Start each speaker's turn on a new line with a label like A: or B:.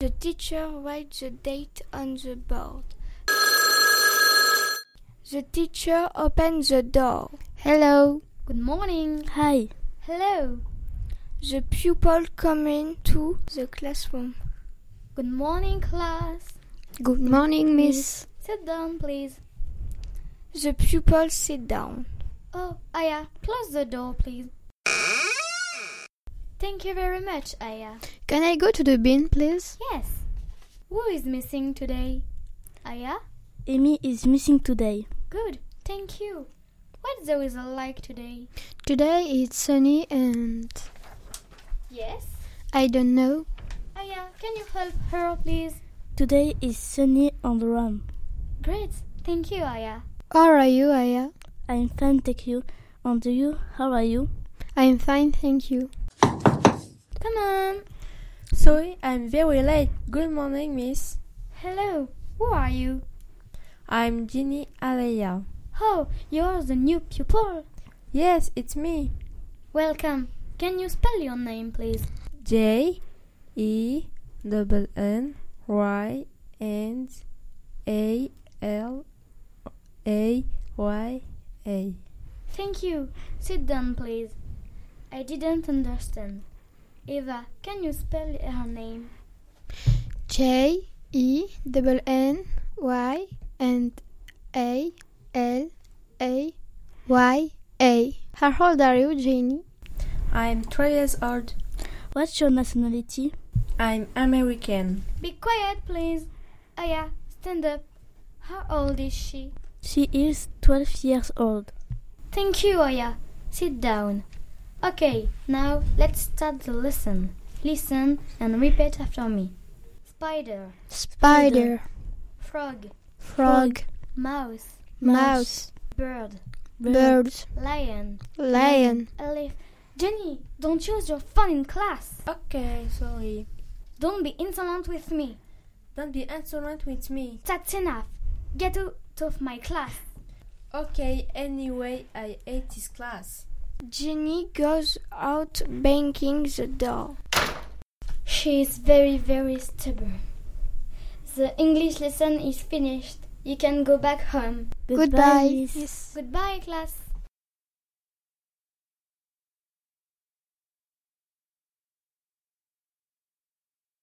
A: The teacher writes the date on the board. The teacher opens the door.
B: Hello.
C: Good morning.
B: Hi.
C: Hello.
A: The pupil comes into the classroom.
C: Good morning, class.
B: Good morning, miss.
C: Sit down, please.
A: The pupil sit down.
C: Oh, Aya, close the door, please. Thank you very much, Aya.
B: Can I go to the bin, please?
C: Yes. Who is missing today? Aya?
D: Amy is missing today.
C: Good. Thank you. What's the weather like today?
B: Today it's sunny and
C: Yes.
B: I don't know.
C: Aya, can you help her, please?
D: Today is sunny and warm.
C: Great. Thank you, Aya.
B: How are you, Aya?
D: I'm fine, thank you. And you, how are you?
B: I'm fine, thank you.
C: Come on.
E: Sorry, I'm very late. Good morning, miss.
C: Hello. Who are you?
E: I'm Ginny Aleya.
C: Oh, you're the new pupil.
E: Yes, it's me.
C: Welcome. Can you spell your name, please?
E: J E double N Y and A L A Y A.
C: Thank you. Sit down, please. I didn't understand. Eva, can you spell her name?
B: J E double N Y and A L A Y A. How old are you, Jenny?
E: I'm three years old.
D: What's your nationality?
E: I'm American.
C: Be quiet, please. Aya, stand up. How old is she?
D: She is 12 years old.
C: Thank you, Aya. Sit down. Okay, now let's start the lesson. Listen and repeat after me. Spider,
B: Spider,
C: frog,
B: frog,
C: mouse,
B: mouse,
C: bird,
B: bird,
C: lion,
B: lion.
C: elephant. Jenny, don't use your phone in class.
E: Okay, sorry.
C: Don't be insolent with me.
E: Don't be insolent with me.
C: That's enough. Get out of my class.
E: Okay, anyway, I hate this class.
A: Jenny goes out banging the door.
C: She is very, very stubborn. The English lesson is finished. You can go back home.
B: Goodbye.
D: miss.
C: Goodbye, class.